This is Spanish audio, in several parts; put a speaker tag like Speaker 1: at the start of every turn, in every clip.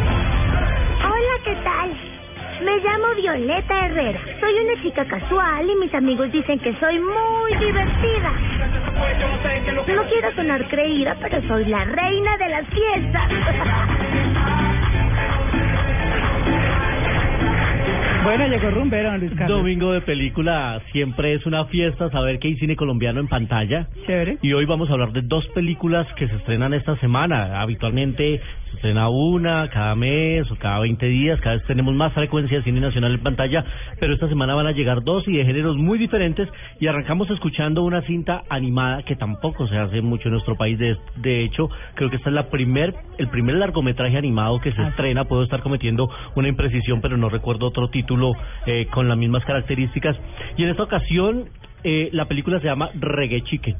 Speaker 1: Hola, ¿qué tal? Me llamo Violeta Herrera. Soy una chica casual y mis amigos dicen que soy muy divertida. No quiero sonar creída, pero soy la reina de las fiestas.
Speaker 2: Bueno, llegó Rumbera, don Luis Carlos.
Speaker 3: Domingo de película siempre es una fiesta saber que hay cine colombiano en pantalla.
Speaker 2: Chévere.
Speaker 3: Y hoy vamos a hablar de dos películas que se estrenan esta semana. Habitualmente se estrena una cada mes o cada 20 días. Cada vez tenemos más frecuencia de cine nacional en pantalla. Pero esta semana van a llegar dos y de géneros muy diferentes. Y arrancamos escuchando una cinta animada que tampoco se hace mucho en nuestro país. De, de hecho, creo que esta es la primer, el primer largometraje animado que se estrena. Puedo estar cometiendo una imprecisión, pero no recuerdo otro título eh, con las mismas características. Y en esta ocasión, eh, la película se llama Reggae Chicken.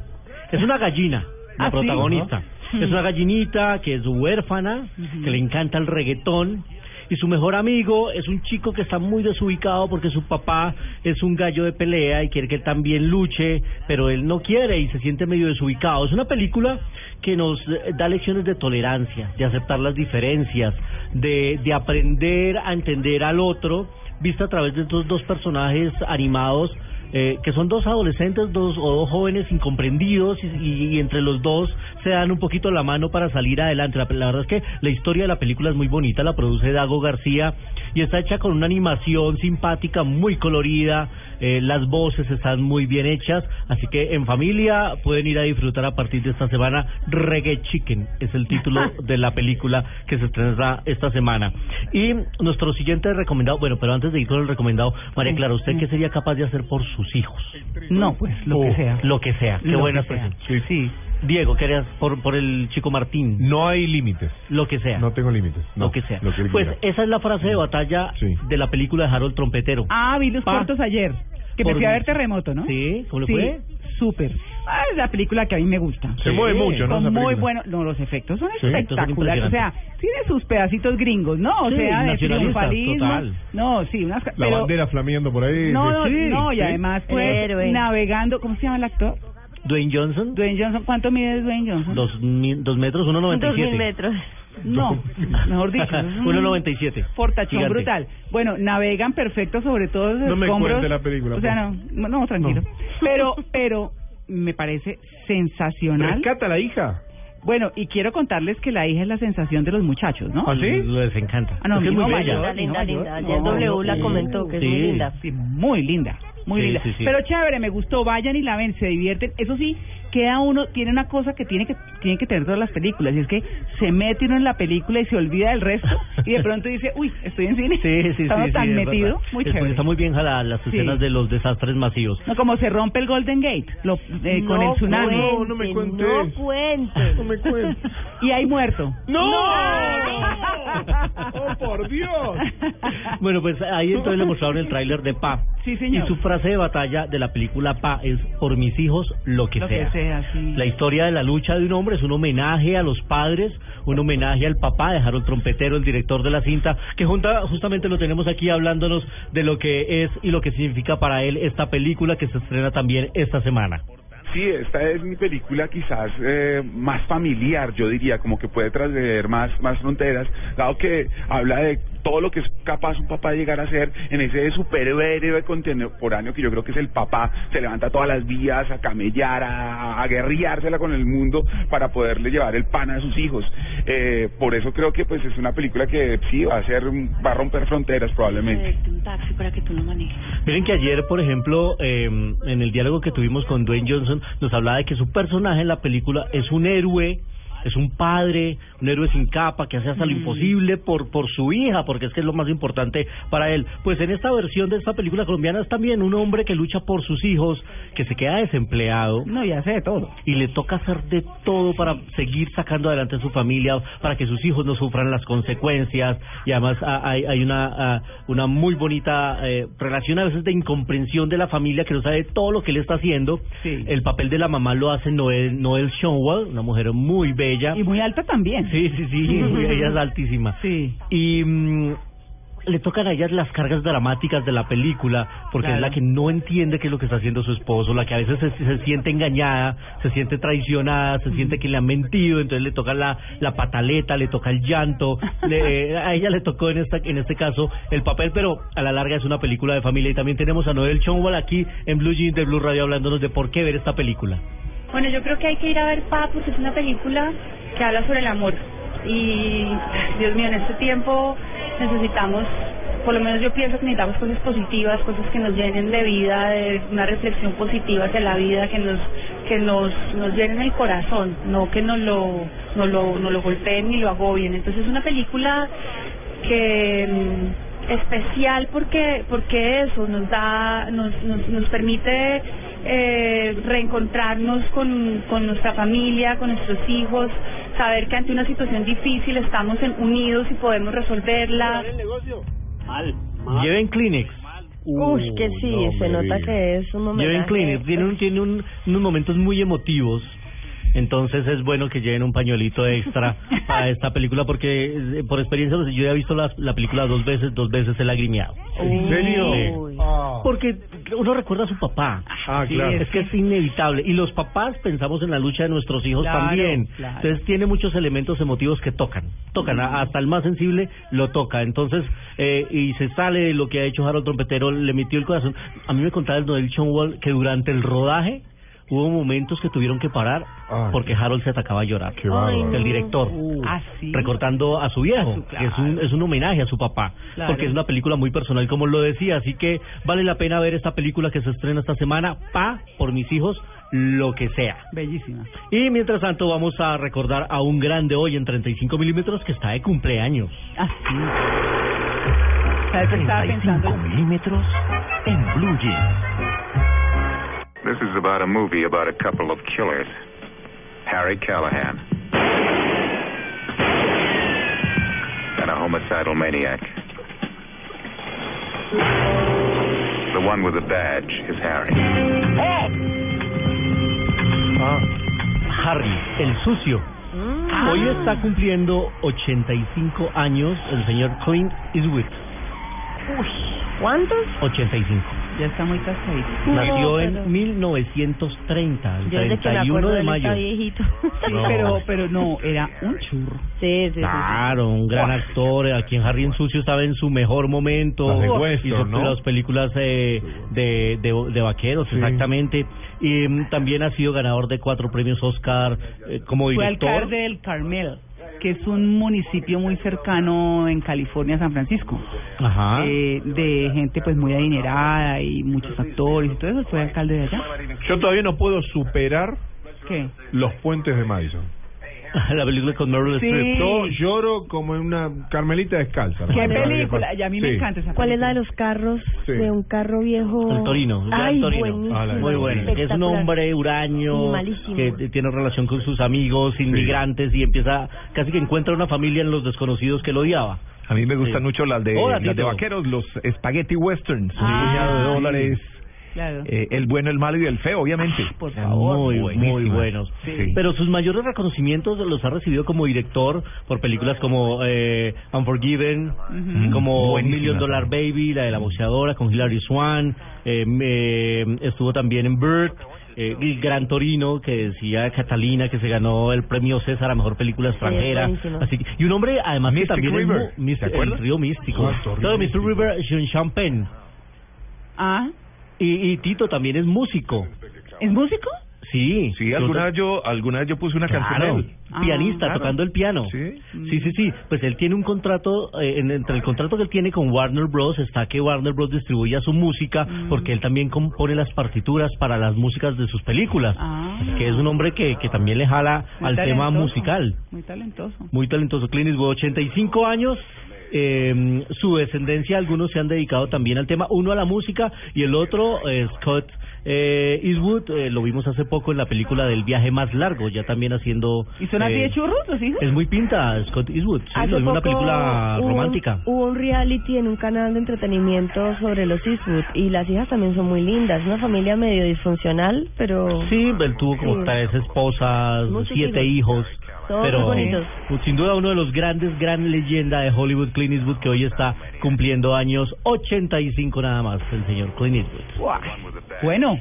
Speaker 3: Es una gallina, la
Speaker 2: Ah, sí,
Speaker 3: protagonista.
Speaker 2: ¿no?
Speaker 3: Es una gallinita que es huérfana, que le encanta el reggaetón. Y su mejor amigo es un chico que está muy desubicado porque su papá es un gallo de pelea y quiere que él también luche, pero él no quiere y se siente medio desubicado. Es una película que nos eh, da lecciones de tolerancia, de aceptar las diferencias, de, de aprender a entender al otro, vista a través de estos dos personajes animados eh, que son dos adolescentes dos o dos jóvenes incomprendidos y, y- y entre los dos se dan un poquito la mano para salir adelante. La, la verdad es que la historia de la película es muy bonita, la produce Dago García y está hecha con una animación simpática, muy colorida, eh, las voces están muy bien hechas, así que en familia pueden ir a disfrutar a partir de esta semana Reggae Chicken, es el título de la película que se estrena esta semana. Y nuestro siguiente recomendado, bueno, pero antes de ir con el recomendado, María Clara, ¿usted qué sería capaz de hacer por sus hijos?
Speaker 2: No, pues lo que
Speaker 3: O
Speaker 2: sea.
Speaker 3: Oh, Lo que sea. Qué
Speaker 2: Lo
Speaker 3: buena
Speaker 2: que sea.
Speaker 3: expresión.
Speaker 2: Sí.
Speaker 3: Diego, ¿qué harías por, por el chico Martín?
Speaker 4: No hay límites.
Speaker 3: Lo que sea.
Speaker 4: No tengo límites. No,
Speaker 3: lo que sea.
Speaker 4: Lo que él
Speaker 3: pues
Speaker 4: quiera.
Speaker 3: esa es la frase de batalla
Speaker 4: Sí.
Speaker 3: de la película de Harold Trompetero.
Speaker 2: Ah, vi los
Speaker 3: Pa.
Speaker 2: cortos ayer. Que me
Speaker 3: Por
Speaker 2: fui a
Speaker 3: mí.
Speaker 2: ver terremoto, ¿no?
Speaker 3: Sí, ¿cómo le
Speaker 2: Sí,
Speaker 3: fue?
Speaker 2: súper. Ah, es la película que a mí me gusta.
Speaker 4: Se mueve mucho, ¿no?
Speaker 2: Son
Speaker 4: Esa
Speaker 2: muy
Speaker 4: película.
Speaker 2: bueno. No, los efectos son
Speaker 4: Sí.
Speaker 2: espectaculares. O sea, tiene sus pedacitos gringos, ¿no? O
Speaker 3: Sí,
Speaker 2: sea, de
Speaker 3: nacionalistas,
Speaker 2: triunfalismo.
Speaker 3: total.
Speaker 2: No, sí, unas. ca-
Speaker 4: La
Speaker 2: pero-
Speaker 4: bandera flameando por ahí.
Speaker 2: No, no,
Speaker 4: Sí,
Speaker 2: no, y
Speaker 4: sí.
Speaker 2: además, pues,
Speaker 5: Héroe.
Speaker 2: navegando. ¿Cómo se llama el actor?
Speaker 3: Dwayne Johnson,
Speaker 2: Dwayne Johnson. ¿Cuánto mide Dwayne Johnson?
Speaker 3: dos, mi- dos metros, 1.97.
Speaker 5: Dos mil metros.
Speaker 2: No, mejor dicho. es un
Speaker 3: 1.97.
Speaker 2: Fortachón
Speaker 3: Gigante.
Speaker 2: brutal. Bueno, navegan perfecto sobre todo los
Speaker 4: No me
Speaker 2: escombros.
Speaker 4: cuente la película, pues.
Speaker 2: O sea, no, no, tranquilo. Pero, pero me parece sensacional.
Speaker 4: Rescata a la hija.
Speaker 2: Bueno, y quiero contarles que la hija es la sensación de los muchachos, ¿no?
Speaker 4: ¿Ah, sí?
Speaker 3: Les encanta.
Speaker 2: Ah, no,
Speaker 3: es que es
Speaker 2: mi
Speaker 3: muy
Speaker 2: hijo
Speaker 3: bella.
Speaker 2: mayor.
Speaker 5: Linda, linda,
Speaker 2: no,
Speaker 5: linda.
Speaker 2: no,
Speaker 5: Ayer
Speaker 2: no,
Speaker 5: W la
Speaker 2: no,
Speaker 5: comentó que es
Speaker 3: sí.
Speaker 5: muy linda.
Speaker 2: Sí, muy linda, muy
Speaker 3: Sí,
Speaker 2: linda.
Speaker 3: sí, sí.
Speaker 2: Pero chévere, me gustó, vayan y la ven, se divierten. Eso sí, queda uno, tiene una cosa que tiene que tiene que tener todas las películas, y es que se mete uno en la película y se olvida del resto, y de pronto dice, uy, estoy en cine.
Speaker 3: Sí, sí, sí.
Speaker 2: Estaba
Speaker 3: sí,
Speaker 2: tan
Speaker 3: es verdad.
Speaker 2: metido, muy
Speaker 3: Es-
Speaker 2: chévere.
Speaker 3: Está muy bien jalada las
Speaker 2: Sí.
Speaker 3: escenas de los desastres masivos.
Speaker 2: No, como se rompe el Golden Gate lo- eh, con el tsunami.
Speaker 4: no, no me cuente.
Speaker 5: No
Speaker 6: pues,
Speaker 5: cuente.
Speaker 4: No me cuentes.
Speaker 2: Y hay muerto.
Speaker 4: ¡No!
Speaker 2: ¡No!
Speaker 4: ¡Oh, por Dios!
Speaker 3: Bueno, pues ahí entonces le mostraron el tráiler de Pa.
Speaker 2: Sí, señor.
Speaker 3: Y su frase de batalla de la película Pa es por mis hijos lo que
Speaker 2: Lo que
Speaker 3: sea.
Speaker 2: sea, sí.
Speaker 3: La historia de la lucha de un hombre es un homenaje a los padres, un homenaje al papá de Harold Trompetero, el director de la cinta, que junta, justamente lo tenemos aquí hablándonos de lo que es y lo que significa para él esta película que se estrena también esta semana.
Speaker 6: Sí, esta es mi película quizás eh, más familiar, yo diría, como que puede trascender más, más fronteras, dado que habla de todo lo que es capaz un papá de llegar a ser en ese superhéroe contemporáneo que yo creo que es el papá, se levanta a todas las vías a camellar, a, a guerriársela con el mundo para poderle llevar el pan a sus hijos. Eh, por eso creo que pues es una película que sí va a ser, va a romper fronteras probablemente.
Speaker 5: un taxi para que tú no manejes.
Speaker 3: Miren que ayer, por ejemplo, eh, en el diálogo que tuvimos con Dwayne Johnson, nos hablaba de que su personaje en la película es un héroe es un padre, un héroe sin capa que hace hasta lo imposible por, por su hija, porque es que es lo más importante para él. Pues en esta versión de esta película colombiana es también un hombre que lucha por sus hijos, que se queda desempleado
Speaker 2: No, ya sé de todo.
Speaker 3: y le toca hacer de todo para seguir sacando adelante a su familia, para que sus hijos no sufran las consecuencias. Y además ah, hay, hay una, ah, una muy bonita eh, relación a veces de incomprensión de la familia que no sabe todo lo que él está haciendo.
Speaker 2: Sí.
Speaker 3: El papel de la mamá lo hace Noel, Noel Schoenwald, una mujer muy bella.
Speaker 2: Y muy alta también.
Speaker 3: Sí, sí, sí, muy- ella es altísima.
Speaker 2: Sí.
Speaker 3: Y mm, le tocan a ella las cargas dramáticas de la película, porque es
Speaker 2: Claro.
Speaker 3: la que no entiende qué es lo que está haciendo su esposo, la que a veces se, se siente engañada, se siente traicionada, se siente que le han mentido, entonces le toca la, la pataleta, le toca el llanto. le- eh, a ella le tocó en, esta, en este caso el papel, pero a la larga es una película de familia. Y también tenemos a Noel Chonwal aquí en Blue Jeans de Blue Radio hablándonos de por qué ver esta película.
Speaker 5: Bueno, yo creo que hay que ir a ver Pa porque es una película que habla sobre el amor. Y, Dios mío, en este tiempo necesitamos, por lo menos yo pienso que necesitamos cosas positivas, cosas que nos llenen de vida, de una reflexión positiva hacia la vida, que nos que nos, nos llenen el corazón, no que nos lo, nos lo, nos lo golpeen ni lo agobien. Entonces es una película que mm, especial porque porque eso nos da nos nos, nos permite eh, reencontrarnos con, con nuestra familia con nuestros hijos saber que ante una situación difícil estamos en- unidos y podemos resolverla
Speaker 3: Lleven Kleenex.
Speaker 7: Uy, que sí,
Speaker 4: no
Speaker 7: se
Speaker 4: me
Speaker 7: nota
Speaker 4: digas.
Speaker 7: que es un momento.
Speaker 3: Lleven Kleenex, tiene, un, tiene un- unos momentos muy emotivos. Entonces es bueno que lleven un pañuelito extra para esta película porque eh, por experiencia pues, yo ya he visto la, la película dos veces, dos veces he lagrimeado.
Speaker 4: ¿En serio?
Speaker 7: Uy.
Speaker 4: Ah,
Speaker 3: Porque uno recuerda a su papá.
Speaker 4: Ah,
Speaker 3: Sí,
Speaker 4: claro.
Speaker 3: Es que es inevitable. Y los papás pensamos en la lucha de nuestros hijos
Speaker 2: Claro,
Speaker 3: también.
Speaker 2: claro.
Speaker 3: Entonces tiene muchos elementos emotivos que tocan. Tocan, a- hasta el más sensible lo toca. Entonces, eh, y se sale de lo que ha hecho Harold Trompetero, le metió el corazón. A mí me contaba el Noel Chonwall que durante el rodaje hubo momentos que tuvieron que parar
Speaker 4: Ay.
Speaker 3: porque Harold se atacaba a llorar.
Speaker 4: Qué bárbaro.
Speaker 3: El director
Speaker 2: Ah, sí.
Speaker 3: recortando a su viejo,
Speaker 2: A su-
Speaker 3: que es un, es un homenaje a su papá,
Speaker 2: Claro.
Speaker 3: porque es una película muy personal, como lo decía, así que vale la pena ver esta película que se estrena esta semana, Pa, por mis hijos, lo que sea.
Speaker 2: Bellísima.
Speaker 3: Y mientras tanto vamos a recordar a un grande hoy en 35 milímetros que está de cumpleaños.
Speaker 2: Así. ¿Sabes Ah, qué estaba
Speaker 8: 35
Speaker 2: pensando?
Speaker 8: milímetros en Blue Jeans.
Speaker 9: This is about a movie about a couple of killers. Harry Callahan. And a homicidal maniac. The one with the badge is Harry.
Speaker 4: ah,
Speaker 3: Harry, el sucio.
Speaker 7: Mm.
Speaker 3: Hoy está cumpliendo 85 años el señor Clint Eastwood,
Speaker 7: Uy, ¿Cuántos?
Speaker 3: 85.
Speaker 2: Ya está muy casadito.
Speaker 3: Nació
Speaker 7: pero-
Speaker 3: en 1930, el
Speaker 7: Yo desde que me
Speaker 3: 31
Speaker 7: acuerdo
Speaker 3: de
Speaker 7: él está
Speaker 3: mayo.
Speaker 7: viejito.
Speaker 2: Sí, pero, pero no, era un churro.
Speaker 7: Sí, sí, sí.
Speaker 3: Claro, un gran actor. eh, Aquí en Harry en Sucio estaba en su mejor momento.
Speaker 4: Las de Western,
Speaker 3: Hizo
Speaker 4: ¿no?
Speaker 3: las películas eh, de, de, de vaqueros,
Speaker 4: Sí.
Speaker 3: exactamente. Y mm, también ha sido ganador de cuatro premios Oscar eh, como
Speaker 2: Fue
Speaker 3: director.
Speaker 2: alcalde del Carmel, que es un municipio muy cercano en California, San Francisco.
Speaker 3: Ajá.
Speaker 2: Eh, de gente pues muy adinerada y muchos actores y todo eso. Fue alcalde de allá.
Speaker 4: yo todavía no puedo superar
Speaker 2: ¿Qué?
Speaker 4: los puentes de Madison.
Speaker 3: La película con Meryl
Speaker 2: Sí.
Speaker 3: Streep.
Speaker 4: Yo lloro como en una Carmelita descalza.
Speaker 2: ¿Qué
Speaker 4: Todavía
Speaker 2: película?
Speaker 4: pasa.
Speaker 2: Y a mí me
Speaker 4: Sí.
Speaker 2: encanta esa
Speaker 7: ¿Cuál es la de
Speaker 2: película.
Speaker 7: los carros?
Speaker 4: Sí.
Speaker 7: De un carro viejo.
Speaker 3: El Torino, el gran
Speaker 7: Ay,
Speaker 3: Torino.
Speaker 7: buenísimo,
Speaker 4: Ah, la de-
Speaker 3: Muy bueno, que es un
Speaker 7: espectacular.
Speaker 3: hombre huraño,
Speaker 7: Malísimo.
Speaker 3: que t- tiene relación con sus amigos, inmigrantes, y empieza, casi que encuentra una familia en los desconocidos que lo odiaba.
Speaker 10: A mí me gustan
Speaker 3: Sí.
Speaker 10: mucho las de,
Speaker 3: Hola,
Speaker 10: las de
Speaker 3: Tito.
Speaker 10: vaqueros, los spaghetti westerns, un
Speaker 2: Ah,
Speaker 10: puñado de
Speaker 2: sí.
Speaker 10: dólares,
Speaker 2: Claro.
Speaker 10: eh, el bueno, el malo y el feo, obviamente.
Speaker 6: Ah,
Speaker 2: por
Speaker 10: Eran
Speaker 2: favor.
Speaker 3: muy, muy
Speaker 10: buenísimas.
Speaker 3: buenos.
Speaker 10: Sí.
Speaker 3: Pero sus mayores reconocimientos los ha recibido como director por películas como eh, Unforgiven, como
Speaker 10: Buenísima.
Speaker 3: Million Dollar Baby, la de la boxeadora con Hilary Swan, eh, eh, estuvo también en Bird. eh, y Gran Torino, que decía Catalina, que se ganó el premio César a mejor película extranjera.
Speaker 7: buenísimo.
Speaker 3: Así que- y un hombre, además, que
Speaker 10: Mystic
Speaker 3: también es
Speaker 10: River,
Speaker 3: mu- Mr.
Speaker 10: ¿te
Speaker 3: el
Speaker 10: acuerdas?
Speaker 3: río místico.
Speaker 4: Ah, Río
Speaker 3: Todo Mr.
Speaker 4: Místico.
Speaker 3: River, Jean Champagne.
Speaker 2: Ah,
Speaker 3: Y, y Tito también es músico.
Speaker 2: ¿es músico?
Speaker 3: Sí.
Speaker 11: Sí, alguna vez yo, alguna vez yo puse una
Speaker 3: Claro,
Speaker 11: canción. de él.
Speaker 3: pianista,
Speaker 11: Claro.
Speaker 3: tocando el piano.
Speaker 11: Sí.
Speaker 3: sí, sí, sí. Pues él tiene un contrato, eh, en- entre el contrato que él tiene con Warner Bros. está que Warner Bros. distribuya su música porque él también compone las partituras para las músicas de sus películas. Que es un hombre que, que también le jala
Speaker 2: Ah. Muy
Speaker 3: al tema
Speaker 2: talentoso,
Speaker 3: musical.
Speaker 2: Muy talentoso.
Speaker 3: Muy talentoso Clint Eastwood, 85 años. eh, su descendencia, algunos se han dedicado también al tema, uno a la música y el otro, eh, Scott eh, Eastwood, eh, lo vimos hace poco en la película del viaje más largo, ya también haciendo...
Speaker 2: ¿Y son así
Speaker 3: eh,
Speaker 2: de churros los hijos?
Speaker 3: Es muy pinta Scott Eastwood, sí,
Speaker 5: Hace
Speaker 3: lo vimos en una
Speaker 5: poco
Speaker 3: película
Speaker 5: hubo un-
Speaker 3: romántica.
Speaker 5: Hubo un reality en un canal de entretenimiento sobre los Eastwood y las hijas también son muy lindas. Una familia medio disfuncional, pero
Speaker 3: Sí, él tuvo como
Speaker 5: Sí.
Speaker 3: tres esposas,
Speaker 5: Muchos
Speaker 3: siete hijos.
Speaker 5: Todos
Speaker 3: pero
Speaker 5: muy bonitos.
Speaker 3: pues, sin duda uno de los grandes, gran leyenda de Hollywood, Clint Eastwood, que hoy está cumpliendo años 85 nada más, el señor Clint Eastwood.
Speaker 2: Bueno,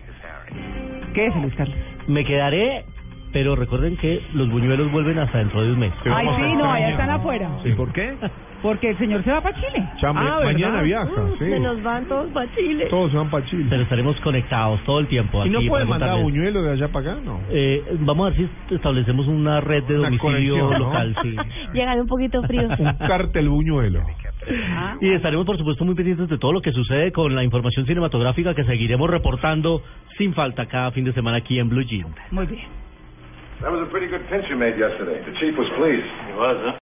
Speaker 2: ¿qué es Luis Carlos?
Speaker 3: Me quedaré, pero recuerden que los buñuelos vuelven hasta dentro de un mes.
Speaker 2: Ay, sí, no, allá están afuera.
Speaker 3: ¿Y por qué?
Speaker 2: Porque el señor se va para Chile.
Speaker 6: mañana viaja, sí.
Speaker 5: Mm, se nos van todos para Chile.
Speaker 3: Todos van para Chile. Pero estaremos conectados todo el tiempo.
Speaker 6: ¿Y
Speaker 3: aquí
Speaker 6: no
Speaker 3: para
Speaker 6: puede mandar
Speaker 3: contarles.
Speaker 6: buñuelo de allá para acá? No.
Speaker 3: Eh, vamos a ver si establecemos una red de
Speaker 6: Una
Speaker 3: domicilio
Speaker 6: conexión, ¿no?
Speaker 3: local, sí.
Speaker 5: Llegan un poquito fríos.
Speaker 3: Un
Speaker 6: cartel buñuelo.
Speaker 3: Y estaremos, por supuesto, muy pendientes de todo lo que sucede con la información cinematográfica que seguiremos reportando sin falta cada fin de semana aquí en Blue Jean.
Speaker 2: Muy bien.
Speaker 12: That was a pretty good pinch you made yesterday. The chief was pleased. He was, huh?